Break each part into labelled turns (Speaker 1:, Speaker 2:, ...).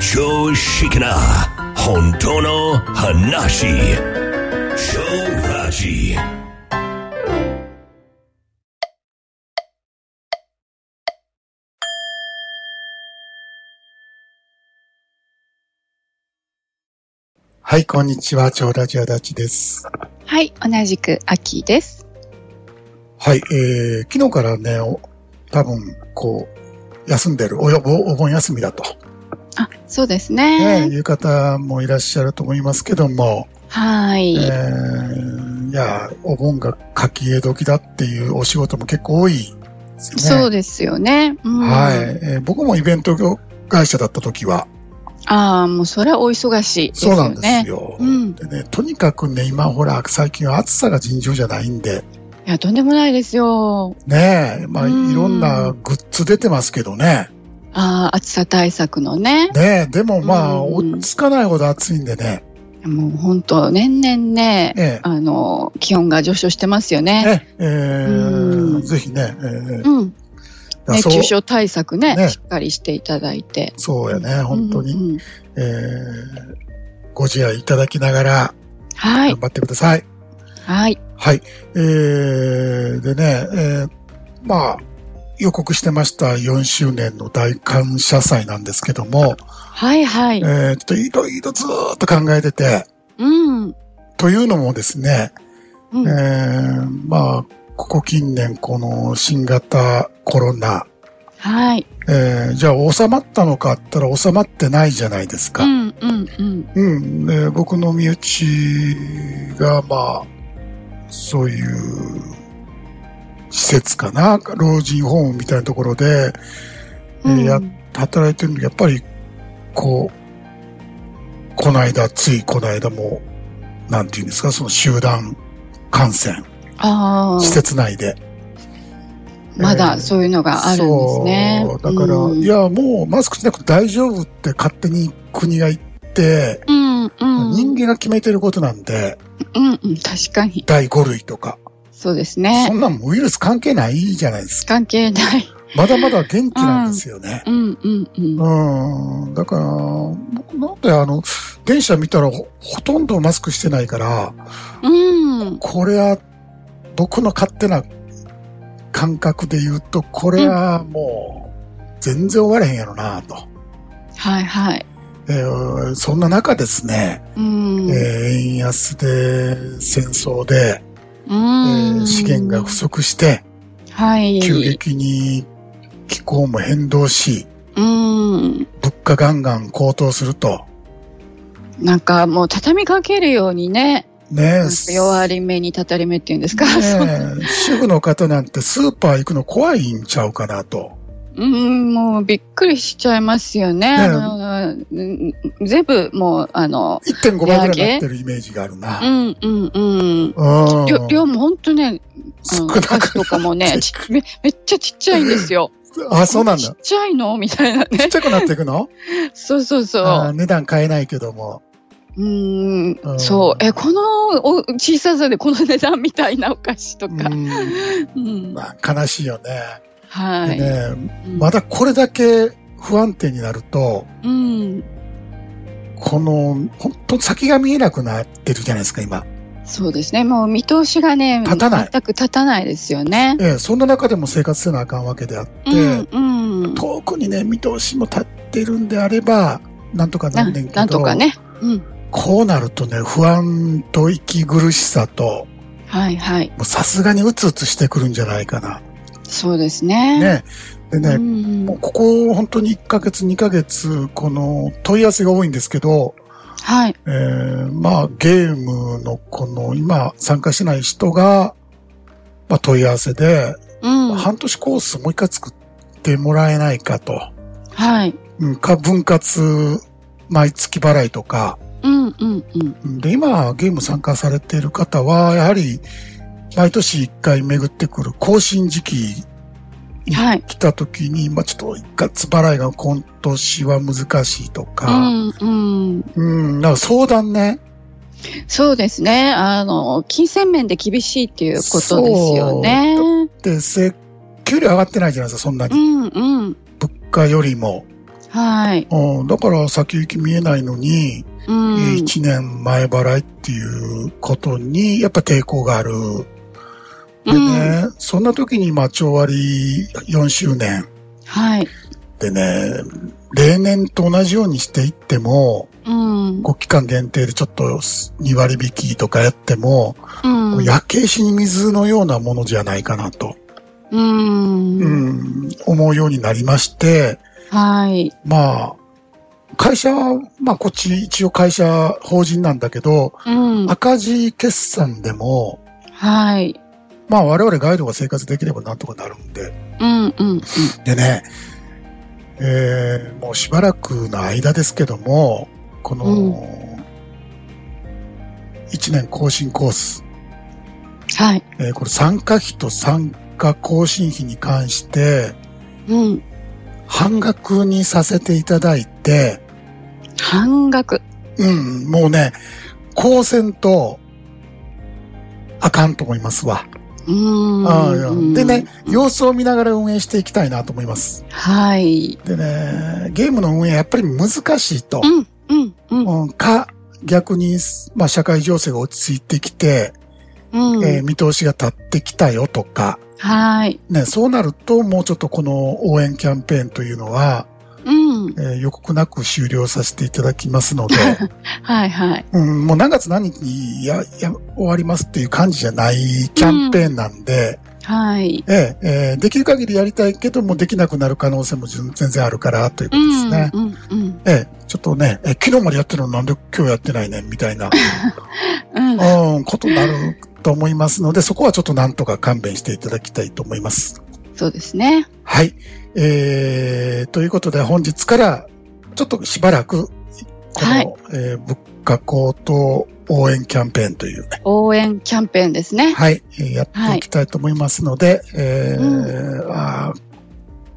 Speaker 1: 常識な本当の話超ラジ
Speaker 2: はい、こんにちは。超ラジオダチです。
Speaker 3: はい、同じく秋です。
Speaker 2: はい、えー、昨日からね、お多分、こう、休んでる、およおお盆休みだと、
Speaker 3: あ、そうです
Speaker 2: ね
Speaker 3: ね。
Speaker 2: いう方もいらっしゃると思いますけども、
Speaker 3: は
Speaker 2: え
Speaker 3: い。
Speaker 2: ー、いや、お盆が書き絵時だっていうお仕事も結構多いですよね。
Speaker 3: そうですよね。うん、
Speaker 2: はい、。えー僕もイベント業会社だった時は、
Speaker 3: ああ、もうそれはお忙しいです
Speaker 2: そう
Speaker 3: よね。
Speaker 2: なんですよ。
Speaker 3: うん
Speaker 2: でね、とにかくね、今ほら、最近は暑さが尋常じゃないんで、
Speaker 3: いや、とんでもないですよ。
Speaker 2: ねえ、まあ、い
Speaker 3: うん
Speaker 2: ろんなグッズ出てますけどね。
Speaker 3: ああ、暑さ対策のね。
Speaker 2: ねえ、でもまあ、
Speaker 3: うん
Speaker 2: 落ち着かないほど暑いんでね。
Speaker 3: もう本当、年々ね、
Speaker 2: え
Speaker 3: あの、気温が上昇してますよ
Speaker 2: え、
Speaker 3: ね。
Speaker 2: ねえ
Speaker 3: う
Speaker 2: ー、
Speaker 3: ん
Speaker 2: ぜひね、えー
Speaker 3: うん。
Speaker 2: だ
Speaker 3: 熱
Speaker 2: そう
Speaker 3: 中症対策ね
Speaker 2: ね
Speaker 3: しっかりしていただいて。
Speaker 2: そうやね、本当
Speaker 3: うん
Speaker 2: に、
Speaker 3: うん
Speaker 2: えーご自愛いただきながら、
Speaker 3: は
Speaker 2: 頑
Speaker 3: い。
Speaker 2: 張ってください。
Speaker 3: はい。
Speaker 2: はい。えー、でね、えーまあ、予告してました4周年の大感謝祭なんですけども、
Speaker 3: はい、はい。
Speaker 2: えーちょっといろいろずーっと考えてて、
Speaker 3: うん。うん。
Speaker 2: というのもですね、えーまあ、ここ近年、この新型コロナ、
Speaker 3: はい。
Speaker 2: えーじゃあ収まったのかって言ったら収まってないじゃないです
Speaker 3: う
Speaker 2: か。
Speaker 3: ん、うん、うん。
Speaker 2: うん。で僕の身内が、まあ、そういう施設かな、老人ホームみたいなところで
Speaker 3: うん
Speaker 2: いや働いてるのやっぱり、こう、この間、ついこの間も、なんていうんですか、その集団感染、
Speaker 3: ああ。
Speaker 2: 施設内で。
Speaker 3: ま
Speaker 2: えー
Speaker 3: だそういうのがあるんですね。
Speaker 2: そう。だから、
Speaker 3: うん
Speaker 2: いや、もうマスクしなくて大丈夫って勝手に国が言って、
Speaker 3: うん、うん。
Speaker 2: 人間が決めてることなんで、
Speaker 3: うん、うん、確かに。
Speaker 2: 第5類とか。
Speaker 3: そうです
Speaker 2: そ
Speaker 3: ね。
Speaker 2: んなんウイルス関係ないじゃないですか。
Speaker 3: 関係ない。
Speaker 2: まだまだ元気なんですよね。
Speaker 3: うん、うん、うん。
Speaker 2: うん。だから、僕なんであの、電車見たらほほとんどマスクしてないから、
Speaker 3: うん。
Speaker 2: これは、僕の勝手な感覚で言うと、これはもう、全然終われへんやろなと。
Speaker 3: はい、はい。
Speaker 2: えーそんな中ですね、
Speaker 3: うん。
Speaker 2: えー円安で、戦争で、えー
Speaker 3: うん。
Speaker 2: 資源が不足して、
Speaker 3: はい。
Speaker 2: 急激に気候も変動し、
Speaker 3: うん。
Speaker 2: 物価ガンガン高騰すると。
Speaker 3: なんかもう畳みかけるようにね、
Speaker 2: ね
Speaker 3: なんか弱り目にたたり目っていうんですか。そう
Speaker 2: ねえ主婦の方なんてスーパー行くの怖いんちゃうかなと。
Speaker 3: うん、もうびっくりしちゃいますよね。あのうん全部もう、あの、
Speaker 2: 1.5倍ぐらいになってるイメージがあるな
Speaker 3: う。ん、うん、うん。
Speaker 2: うん。
Speaker 3: 量量も本当ね、あ
Speaker 2: 少
Speaker 3: の
Speaker 2: なくな
Speaker 3: お菓子とかも
Speaker 2: って い
Speaker 3: ね
Speaker 2: く
Speaker 3: ちめ、めっちゃちっちゃいんですよ。
Speaker 2: あ、そうなん
Speaker 3: ちっ
Speaker 2: だ。
Speaker 3: ちゃいのみたいな
Speaker 2: ちっ
Speaker 3: ね。
Speaker 2: ちゃくなっていくの
Speaker 3: そうそうそ
Speaker 2: あー
Speaker 3: う。
Speaker 2: 値段買えないけども。
Speaker 3: うー
Speaker 2: うん
Speaker 3: ん、そう。え、このお小ささでこの値段みたいなお菓子と
Speaker 2: う
Speaker 3: か。
Speaker 2: ん。
Speaker 3: うん、
Speaker 2: まあ、悲しいよね。
Speaker 3: はい。
Speaker 2: でね、
Speaker 3: うん
Speaker 2: まだこれだけ不安定になると、
Speaker 3: うん。
Speaker 2: この、本当先が見えなくなってるじゃないですか、今。
Speaker 3: そうですね。もう見通しがね、
Speaker 2: 立たない
Speaker 3: 全く立たないですよね。
Speaker 2: ええ、そんな中でも生活せなあかんわけであって、
Speaker 3: うん、うん。
Speaker 2: 遠くにね、見通しも立ってるんであれば、なんとかな
Speaker 3: なん
Speaker 2: ねんけど、
Speaker 3: なんとかね。うん。
Speaker 2: こうなるとね、不安と息苦しさと、
Speaker 3: はいはい。
Speaker 2: もうさすがにうつうつしてくるんじゃないかな。
Speaker 3: そうですね。
Speaker 2: ね。でね、
Speaker 3: うん
Speaker 2: もうここ本当に1ヶ月、2ヶ月、この問い合わせが多いんですけど、
Speaker 3: はい。
Speaker 2: えーまあゲームのこの今参加しない人が、まあ問い合わせで、
Speaker 3: うん。
Speaker 2: 半年コースもう一回作ってもらえないかと。
Speaker 3: はい。
Speaker 2: うん、か、分割、毎月払いとか。
Speaker 3: うんうんうん。
Speaker 2: うんで、今、ゲーム参加されている方は、やはり、毎年一回巡ってくる更新時期に
Speaker 3: はい
Speaker 2: 来た時に、まあちょっと一括払いが今年は難しいと
Speaker 3: う
Speaker 2: か、
Speaker 3: んうん。
Speaker 2: うん、なんか相談ね。
Speaker 3: そうですね。あの、金銭面で厳しいっていうことですよね。
Speaker 2: で、せ、給料上がってないじゃないですか、そんな
Speaker 3: う
Speaker 2: に。
Speaker 3: んうん。
Speaker 2: 物価よりも。
Speaker 3: はい。
Speaker 2: うん、だから先行き見えないのに、
Speaker 3: うん。
Speaker 2: 1年前払いっていうことに、やっぱ抵抗がある。で
Speaker 3: うん。
Speaker 2: ね、そんな時に、まあ、調割4周年
Speaker 3: はい。
Speaker 2: でね、例年と同じようにしていっても、
Speaker 3: うん。
Speaker 2: こう期間限定でちょっと2割引きとかやっても、
Speaker 3: うん。
Speaker 2: 焼け石に水のようなものじゃないかなと、
Speaker 3: うん。
Speaker 2: うん、思うようになりまして、
Speaker 3: はい。
Speaker 2: まあ、会社は、まあ、こっち一応会社法人なんだけど、
Speaker 3: うん。
Speaker 2: 赤字決算でも、
Speaker 3: はい。
Speaker 2: まあ我々ガイドが生活できればなんとかなるんで。
Speaker 3: うん。うん。
Speaker 2: でね、えーもうしばらくの間ですけども、こ
Speaker 3: う
Speaker 2: の、1年更新コース、
Speaker 3: はい。
Speaker 2: えーこれ参加費と参加更新費に関して、
Speaker 3: うん。
Speaker 2: 半額にさせていただいて、
Speaker 3: 半額。
Speaker 2: うん、もうね、高専と、あかんと思いますわ。
Speaker 3: うん。
Speaker 2: ああいや
Speaker 3: うん
Speaker 2: でね、様子を見ながら運営していきたいなと思います。
Speaker 3: はい。
Speaker 2: でね、ゲームの運営やっぱり難しいと
Speaker 3: う。ん。うん。うん。
Speaker 2: うん、か、逆に、まあ、社会情勢が落ち着いてきて、
Speaker 3: うん。
Speaker 2: えー見通しが立ってきたよとか、
Speaker 3: はい。
Speaker 2: ね、そうなるともうちょっとこの応援キャンペーンというのは、
Speaker 3: うん
Speaker 2: え。ー予告なく終了させていただきます ので、
Speaker 3: はいはい。
Speaker 2: うん、もう何月何日にやや終わりますっていう感じじゃないキャンペーンなんで、
Speaker 3: はい。
Speaker 2: えええーできる限りやりたいけどもできなくなる可能性も全然あるからというこ
Speaker 3: う
Speaker 2: とですね。
Speaker 3: ん。うん。うん。
Speaker 2: ええ、ちょっとね、え昨日までやってるのになんで今日やってない ねんみたいな、
Speaker 3: うん。
Speaker 2: うん、ことになると思いますので、そこはちょっとなんとか勘弁していただきたいと思います。
Speaker 3: そうですね。
Speaker 2: はい。えー、ということで本日から、ちょっとしばらく、この、
Speaker 3: はい
Speaker 2: えー物価高騰応援キャンペーンというね、
Speaker 3: 応援キャンペーンですね。
Speaker 2: はい、えーやっていきたいと思いますので、えーあー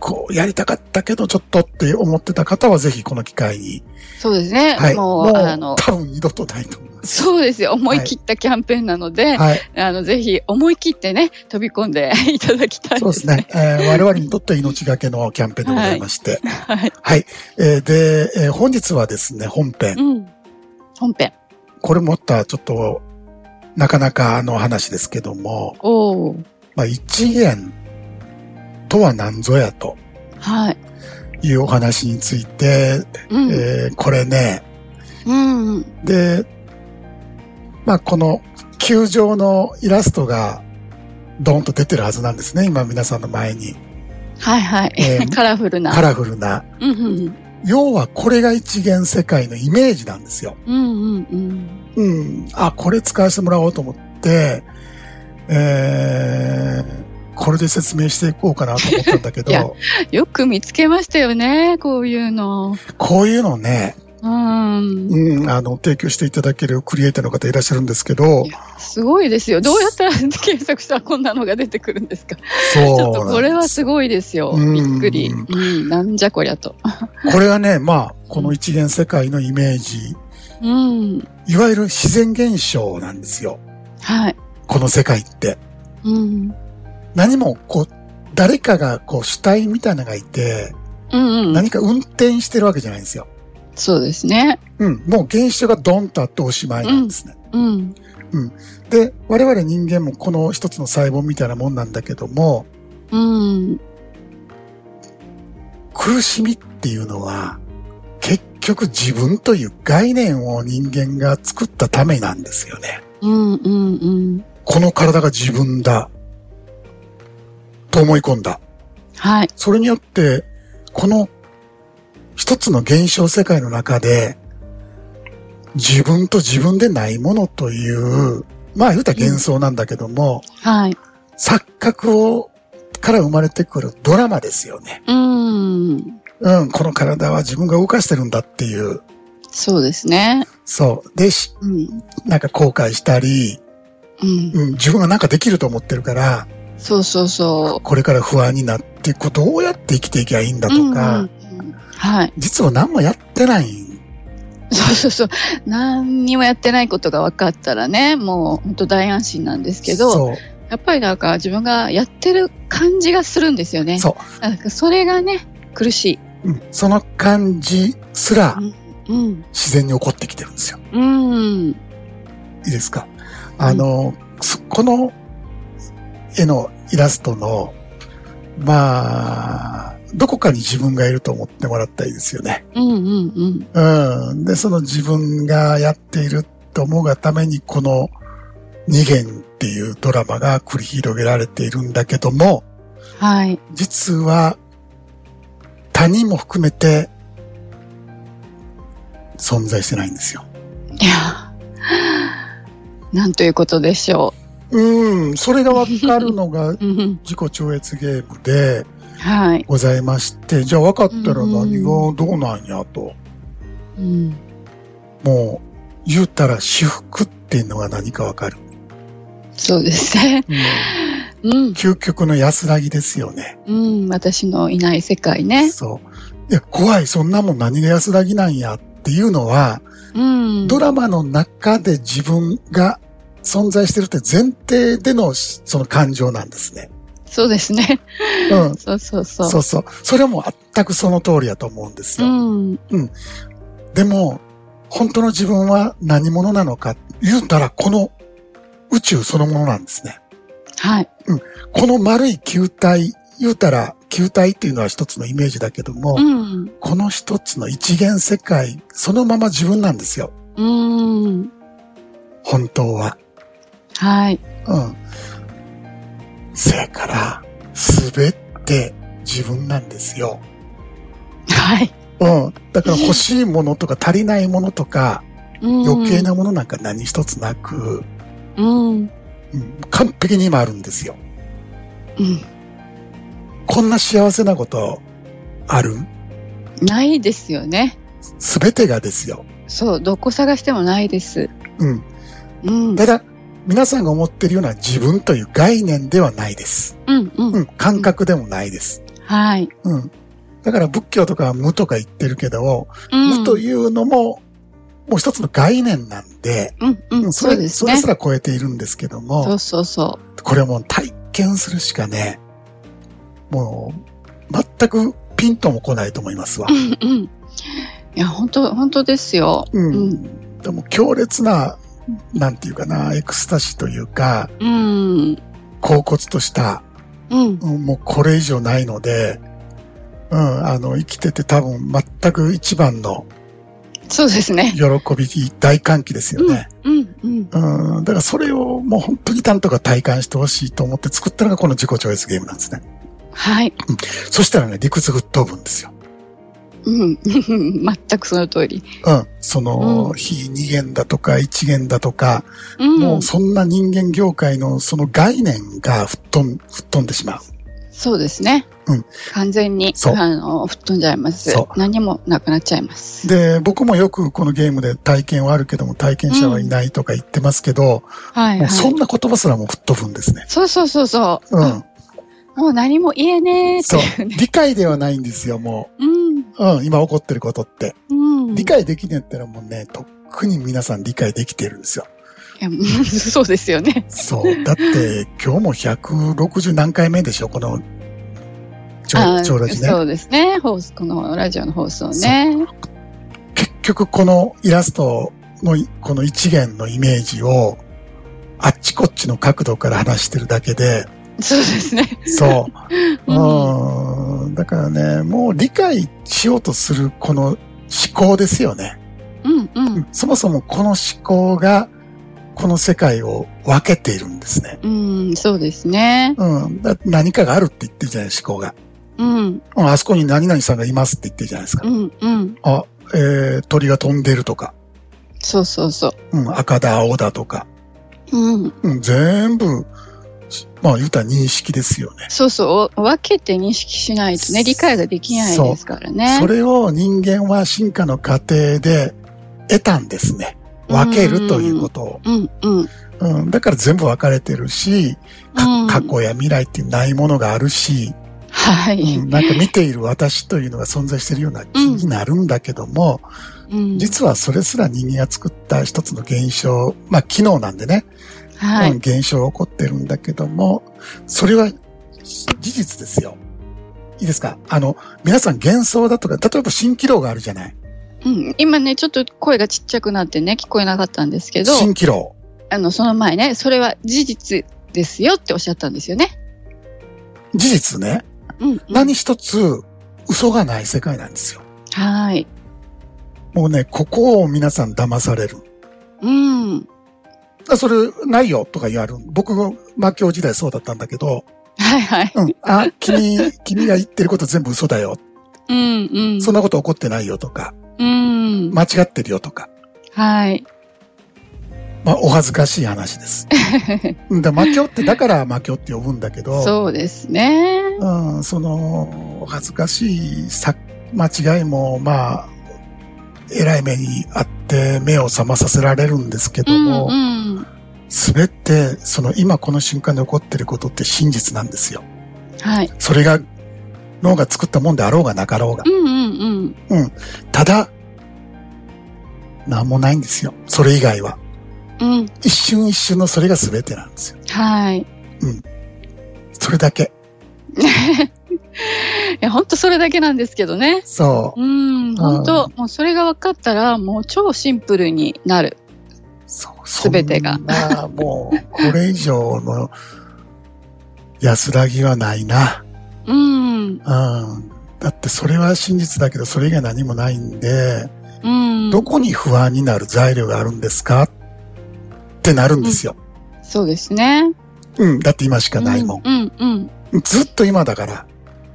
Speaker 2: こう、やりたかったけどちょっとって思ってた方はぜひこの機会に、
Speaker 3: そうですね。
Speaker 2: はい、
Speaker 3: もう、あの、
Speaker 2: 多分二度とないと思います。
Speaker 3: そうですよ。思い切ったキャンペーンなので、
Speaker 2: はい。
Speaker 3: あの、ぜひ思い切ってね、飛び込んで いただきたい
Speaker 2: そうです
Speaker 3: で
Speaker 2: す
Speaker 3: ね。
Speaker 2: ね。えー我々にとっては命がけのキャンペーンでございまして。
Speaker 3: はい。
Speaker 2: はい。えーで、えー本日はですね、本編。
Speaker 3: うん。本編。
Speaker 2: これもまたちょっと、なかなかの話ですけども、
Speaker 3: おお。
Speaker 2: まあ、一元とは何ぞやと
Speaker 3: はい。
Speaker 2: いうお話について、
Speaker 3: うん。
Speaker 2: えーこれね、
Speaker 3: うん。
Speaker 2: で、まあ、この球場のイラストが、ドーンと出てるはずなんですね。今皆さんの前に。
Speaker 3: はいはい。
Speaker 2: えー
Speaker 3: カラフル な。
Speaker 2: カラフルな。
Speaker 3: うんうん
Speaker 2: 要はこれが一元世界のイメージなんですよ。
Speaker 3: うん。うんうん
Speaker 2: うん。あ、これ使わせてもらおうと思って、えー、これで説明していこうかなと思ったんだけ
Speaker 3: いや
Speaker 2: ど、
Speaker 3: うん。よく見つけましたよね、こういうの。
Speaker 2: こういうのね、
Speaker 3: うん。
Speaker 2: うん、あの、提供していただけるクリエイターの方いらっしゃるんですけど、
Speaker 3: すごいですよ。どうやったら 検索したらこんなのが出てくるんですか。
Speaker 2: そう
Speaker 3: ちょっとこれはす
Speaker 2: ご
Speaker 3: ごいですよ。
Speaker 2: うん
Speaker 3: びっくり。うん。なんじゃこりゃと。
Speaker 2: これはね、まあ、この一元世界のイメージ、
Speaker 3: うん。
Speaker 2: いわゆる自然現象なんですよ。
Speaker 3: はい。
Speaker 2: この世界って。
Speaker 3: うん。
Speaker 2: 何も、こう、誰かが、こう、主体みたいなのがいて、
Speaker 3: うんうん。
Speaker 2: 何か運転してるわけじゃないんですよ。
Speaker 3: そうですね。
Speaker 2: うん、もう現象がドンとあっておしまいなんですね。
Speaker 3: うん。
Speaker 2: で、我々人間もこの一つの細胞みたいなもんなんだけども、
Speaker 3: うん。
Speaker 2: 苦しみっていうのは、結局自分という概念を人間が作ったためなんですよね。
Speaker 3: うんうんうん。
Speaker 2: この体が自分だ。と思い込んだ。
Speaker 3: はい。
Speaker 2: それによって、この一つの現象世界の中で、自分と自分でないものという、まあ言うたら幻想なんだけども、
Speaker 3: はい。
Speaker 2: 錯覚を、から生まれてくるドラマですよね。
Speaker 3: うん。
Speaker 2: うん、この体は自分が動かしてるんだっていう。
Speaker 3: そうですね。
Speaker 2: そう。で、し
Speaker 3: うん。
Speaker 2: なんか後悔したり、
Speaker 3: うん。
Speaker 2: うん、自分がなんかできると思ってるから、
Speaker 3: そうそうそ
Speaker 2: これから不安になって、こうどうやって生きていけばいいんだ
Speaker 3: う。
Speaker 2: とか、
Speaker 3: うんうんうんはい。
Speaker 2: 実は何もやってない
Speaker 3: そうそうそう。何にもやってないことが分かったらね、もう本当大安心なんですけど、
Speaker 2: そう。
Speaker 3: やっぱりなんか自分がやってる感じがするんですよね。。
Speaker 2: そう
Speaker 3: なんかそれがね、苦しい。
Speaker 2: うんその感じすら
Speaker 3: うん。
Speaker 2: 自然に起こってきてるんですよ。
Speaker 3: うん。
Speaker 2: いいですかあの、そこの絵のイラストの、まあ、どこかに自分がいると思ってもらったらいいですよね。
Speaker 3: うんうんうん。
Speaker 2: うん。で、その自分がやっていると思うがために、この二元っていうドラマが繰り広げられているんだけども、
Speaker 3: はい。
Speaker 2: 実は、他人も含めて、存在してないんですよ。
Speaker 3: いや。なんということでしょ
Speaker 2: うん、それがわかるのが
Speaker 3: う。うん。
Speaker 2: 自己超越ゲームで
Speaker 3: はい。
Speaker 2: ございまして、じゃあ分かったら何
Speaker 3: う
Speaker 2: がどうなんやと。
Speaker 3: うん。
Speaker 2: もう、言うたら私服っていうのが何かわかる。
Speaker 3: そうですね。
Speaker 2: うん
Speaker 3: うん。
Speaker 2: 究極の安らぎですよね。
Speaker 3: うん。私のいない世界ね。
Speaker 2: そう。いや、怖い、そんなもん何が安らぎなんやっていうのは、
Speaker 3: うん。
Speaker 2: ドラマの中で自分が存在してるって前提でのしその感情なんですね。
Speaker 3: そうですね。
Speaker 2: うん。
Speaker 3: そうそうそう。
Speaker 2: そうそう。それはもう全くその通りだと思うんです
Speaker 3: う
Speaker 2: よ。
Speaker 3: ん。
Speaker 2: でも、本当の自分は何者なのか、言うたらこの宇宙そのものなんですね。
Speaker 3: はい。
Speaker 2: この丸い球体、言うたら球体っていうのは一つのイメージだけども、
Speaker 3: うん。
Speaker 2: この一つの一元世界、そのまま自分なんですよ。
Speaker 3: うん。
Speaker 2: 本当は。
Speaker 3: はい。
Speaker 2: うん。せやから、すべて自分なんですよ。
Speaker 3: はい。
Speaker 2: うん。だから欲しいものとか足りないものとか、
Speaker 3: うん
Speaker 2: 余計。なものなんか何一つなく、
Speaker 3: うん。うん。
Speaker 2: うん完璧に今あるんですよ。こんな幸せなことある
Speaker 3: ないですよね。
Speaker 2: すべてがですよ。
Speaker 3: そう。どこ探してもないです。
Speaker 2: うん。
Speaker 3: うん。
Speaker 2: ただ、皆さんが思ってるような自分という概念ではないです。
Speaker 3: うん。うん。
Speaker 2: うん。感覚でもないです。
Speaker 3: はい。
Speaker 2: うん。だから仏教とかは無とか言ってるけど、
Speaker 3: うん
Speaker 2: 無というのも、もう一つの概念なんで、
Speaker 3: うんう
Speaker 2: うん
Speaker 3: ん、
Speaker 2: そ
Speaker 3: そう
Speaker 2: れ
Speaker 3: です
Speaker 2: そ
Speaker 3: ね。
Speaker 2: れす
Speaker 3: そ
Speaker 2: ら超えているんですけども、
Speaker 3: うそうそ
Speaker 2: これはもう体験するしかね、もう、全くピンとも来ないと思いますわ。
Speaker 3: う。うんうん。いや、本当本当ですよ。
Speaker 2: う。
Speaker 3: うん
Speaker 2: でも強烈な、なんていうかな、エクスタシーというか、
Speaker 3: うん。
Speaker 2: 恍惚とした、
Speaker 3: うん。
Speaker 2: うんもうこれ以上ないので、うん、あの、生きてて多分全く一番の
Speaker 3: そうですね。
Speaker 2: 喜び、大歓喜ですよね。
Speaker 3: うん。うん。
Speaker 2: うん、だからそれをもう本当になんとか体感してほしいと思って作ったのがこの自己超越ゲームなんですね。
Speaker 3: はい。
Speaker 2: そしたらね、理屈吹っ飛ぶんですよ。
Speaker 3: うん。 全くその通り。
Speaker 2: うん、その、
Speaker 3: うん
Speaker 2: 非二元だとか一元だとか、
Speaker 3: うん。
Speaker 2: もうそんな人間業界のその概念が吹っ飛ん吹っ飛んでしまう。
Speaker 3: そうですね。
Speaker 2: うん
Speaker 3: 完全に、
Speaker 2: そう
Speaker 3: あの、吹っ飛んじゃいます
Speaker 2: そう。
Speaker 3: 何もなくなっちゃいます。
Speaker 2: で、僕もよくこのゲームで体験はあるけども、体験者はいないとか言ってますけど、
Speaker 3: はい、
Speaker 2: も
Speaker 3: は
Speaker 2: う
Speaker 3: い。
Speaker 2: そんな言葉すらも吹っ飛ぶんですね。
Speaker 3: そうそうそうそう。
Speaker 2: う
Speaker 3: あ
Speaker 2: ん。
Speaker 3: もう何も言えねえって
Speaker 2: そう
Speaker 3: いう。ね。
Speaker 2: 理解ではないんですよ、も
Speaker 3: うん。
Speaker 2: う。うん、今起こってることって。
Speaker 3: うん。
Speaker 2: 理解できねえったらもうね、とっくに皆さん理解できてるんですよ。
Speaker 3: いやうん そうですよね。
Speaker 2: そう。だって、今日も160何回目でしょ、この、ち
Speaker 3: あ
Speaker 2: ょ
Speaker 3: ー
Speaker 2: ちょうラジね。
Speaker 3: そうですね。放送このラジオの放送ね。
Speaker 2: 結局このイラストのいこの一元のイメージをあっちこっちの角度から話してるだけで、
Speaker 3: そうですね。
Speaker 2: そう。
Speaker 3: う
Speaker 2: うん。だからね、もう理解しようとするこの思考ですよね。
Speaker 3: うんうん
Speaker 2: そもそもこの思考がこの世界を分けているんですね。
Speaker 3: うん、そうですね。
Speaker 2: うん。だ何かがあるって言ってるじゃない、思考が。
Speaker 3: うん、
Speaker 2: うん、あそこに何々さんがいますって言ってるじゃないですか。
Speaker 3: うん、うん。
Speaker 2: あ、えー、鳥が飛んでるとか、
Speaker 3: そうそうそ
Speaker 2: うん、赤だ、青だとか、
Speaker 3: う。うん。
Speaker 2: うん、全部、まあ言うたら認識ですよね。
Speaker 3: そうそう。お分けて認識しないとね、理解ができないですからね。
Speaker 2: それを人間は進化の過程で得たんですね。分けるということを。
Speaker 3: うん、うん。
Speaker 2: うん、だから全部分かれてるし、
Speaker 3: うん
Speaker 2: か過去や未来っていうないものがあるし、
Speaker 3: はい。
Speaker 2: うんなんか見ている私というのが存在してるような気になるんだけども、
Speaker 3: うん、
Speaker 2: 実はそれすら人間が作った一つの現象、まあ機能なんでね、
Speaker 3: は
Speaker 2: うん
Speaker 3: い。
Speaker 2: 現象が起こってるんだけども、それは事実ですよ。いいですかあの、皆さん幻想だとか、例えば蜃気楼があるじゃない
Speaker 3: うん、今ね、ちょっと声がちっちゃくなってね、聞こえなかったんですけど、
Speaker 2: 蜃気楼。
Speaker 3: あの、その前ね、それは事実ですよっておっしゃったんですよね。
Speaker 2: 事実ね、
Speaker 3: うん、うん。
Speaker 2: 何一つ嘘がない世界なんですよ。
Speaker 3: はい。
Speaker 2: もうね、ここを皆さん騙される。
Speaker 3: うん。
Speaker 2: あそれないよとか言われる。僕も魔教時代そうだったんだけど、
Speaker 3: はいはい。
Speaker 2: うん、あ、 君、君が言ってること全部嘘だよ。
Speaker 3: うん、うん。
Speaker 2: そんなこと起こってないよとか、
Speaker 3: うん。
Speaker 2: 間違ってるよとか。
Speaker 3: はい。
Speaker 2: まあ、お恥ずかしい話 です。うんだ魔教って、だから魔教って呼ぶんだけど、
Speaker 3: そうですね。
Speaker 2: うん、その、お恥ずかしいさ間違いも、まあ、えらい目にあって目を覚まさせられるんですけ
Speaker 3: う
Speaker 2: ど
Speaker 3: ん、
Speaker 2: も
Speaker 3: う、ん。
Speaker 2: すべ、て、その今この瞬間で起こってることって真実なんですよ。
Speaker 3: はい。
Speaker 2: それが、脳が作ったもんであろうがなかろうが
Speaker 3: う。ん、うん、うん。
Speaker 2: ただ、なんもないんですよ。それ以外は。
Speaker 3: うん。
Speaker 2: 一瞬一瞬のそれが全てなんですよ。
Speaker 3: はい。い
Speaker 2: それだけ。
Speaker 3: や、ほんとそれだけなんですけどね。
Speaker 2: そう。
Speaker 3: うん、本当もうそれが分かったら、もう超シンプルになる。
Speaker 2: そう。
Speaker 3: 全てが
Speaker 2: まあ、もう、これ以上の安らぎはないな。
Speaker 3: うん、
Speaker 2: うん。だってそれは真実だけど、それ以外何もないんで、
Speaker 3: うん。
Speaker 2: どこに不安になる材料があるんですかってなるんですよ。
Speaker 3: そうですね。
Speaker 2: うん。だって今しかないもん。
Speaker 3: うん、うん、うん。
Speaker 2: ずっと今だから。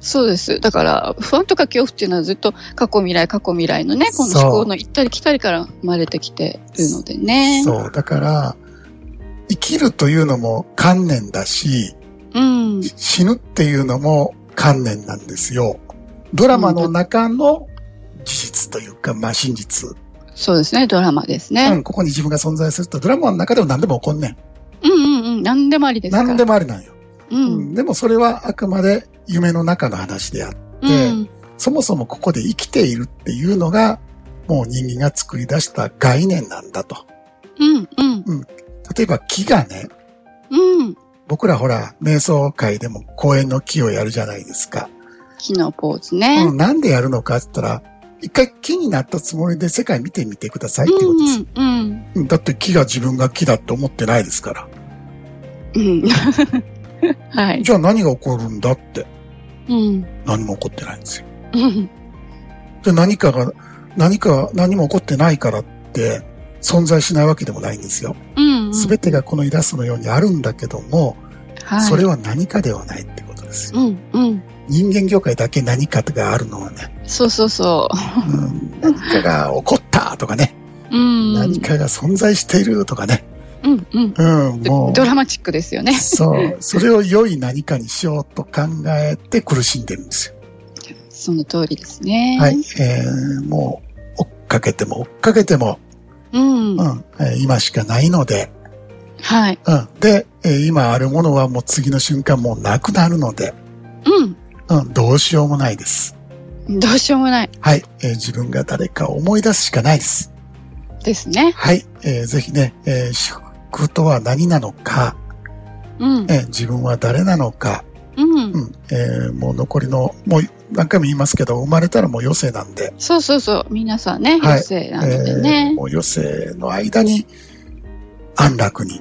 Speaker 3: そうです。だから、不安とか恐怖っていうのはずっと過去未来、過去未来のね、この
Speaker 2: そう
Speaker 3: 思考の行ったり来たりから生まれてきてるのでね。う。
Speaker 2: そう。だから、生きるというのも観念だし、
Speaker 3: ん。
Speaker 2: 死ぬっていうのも観念なんですよ。ドラマの中の事実というか、まあ真実。
Speaker 3: そうですね、ドラマです
Speaker 2: う
Speaker 3: ね。
Speaker 2: ん、ここに自分が存在すると、ドラマの中でも何でも起こんねん。
Speaker 3: うん、うん、うん。何でもありですから。
Speaker 2: 何でもありなんよ。
Speaker 3: う。
Speaker 2: うんん、でもそれはあくまで夢の中の話であって、
Speaker 3: うん。
Speaker 2: そもそもここで生きているっていうのが、もう人間が作り出した概念なんだと。
Speaker 3: うん、うん。
Speaker 2: 例えば木がね、
Speaker 3: うん。
Speaker 2: 僕らほら、瞑想会でも公園の木をやるじゃないですか。
Speaker 3: 木のポーズね。
Speaker 2: うん、なんでやるのかって言ったら、一回木になったつもりで世界見てみてくださいってことですよ。
Speaker 3: うん、うん。
Speaker 2: うんだって木が自分が木だって思ってないですから。
Speaker 3: うん。はい。
Speaker 2: じゃあ何が起こるんだって
Speaker 3: うん。
Speaker 2: 何も起こってないんですよ。
Speaker 3: うん。
Speaker 2: で何かが、何か何も起こってないからって存在しないわけでもないんですよ。
Speaker 3: うん。
Speaker 2: すべてがこのイラストのようにあるんだけども、
Speaker 3: はい、
Speaker 2: それは何かではないってことですよ。
Speaker 3: うん。うん。
Speaker 2: 人間業界だけ何かがあるのはね、
Speaker 3: そうそうそ
Speaker 2: うん、何かが起こったとかね、
Speaker 3: う。うん。
Speaker 2: 何かが存在しているとかね、
Speaker 3: うん。うん。
Speaker 2: うん、もう。
Speaker 3: ドラマチックですよね。
Speaker 2: そう。それを良い何かにしようと考えて苦しんでるんですよ。
Speaker 3: その通りですね。
Speaker 2: はい。。えー、もう、追っかけても追っかけても、
Speaker 3: うん
Speaker 2: う。ん、えー今しかないので、
Speaker 3: はい。
Speaker 2: うん。で、えー今あるものはもう次の瞬間もうなくなるので、
Speaker 3: う
Speaker 2: うん、どうしようもないです。
Speaker 3: ん。どうしようもない
Speaker 2: はい。えー自分が誰かを思い出すしかないです。
Speaker 3: ですね。
Speaker 2: はい。えーぜひね、えー、祝福とは何なのか、
Speaker 3: うん。
Speaker 2: えー自分は誰なのか、
Speaker 3: うん。
Speaker 2: うん、えーもう残りの、もう何回も言いますけど、生まれたらもう余生なんで、
Speaker 3: そうそうそう。皆さんね、
Speaker 2: はい
Speaker 3: 女性なので
Speaker 2: えー
Speaker 3: ね。
Speaker 2: もう余生の間に安楽に、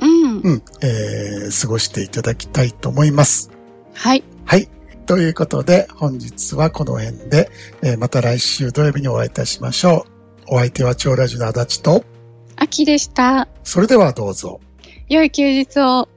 Speaker 3: うん。
Speaker 2: うんえー過ごしていただきたいと思います。
Speaker 3: はい。
Speaker 2: はい。ということで、本日はこの辺で、えーまた来週土曜日にお会いいたしましょう。お相手は長ラジの足立と、
Speaker 3: 秋でした。
Speaker 2: それではどうぞ。
Speaker 3: 良い休日を。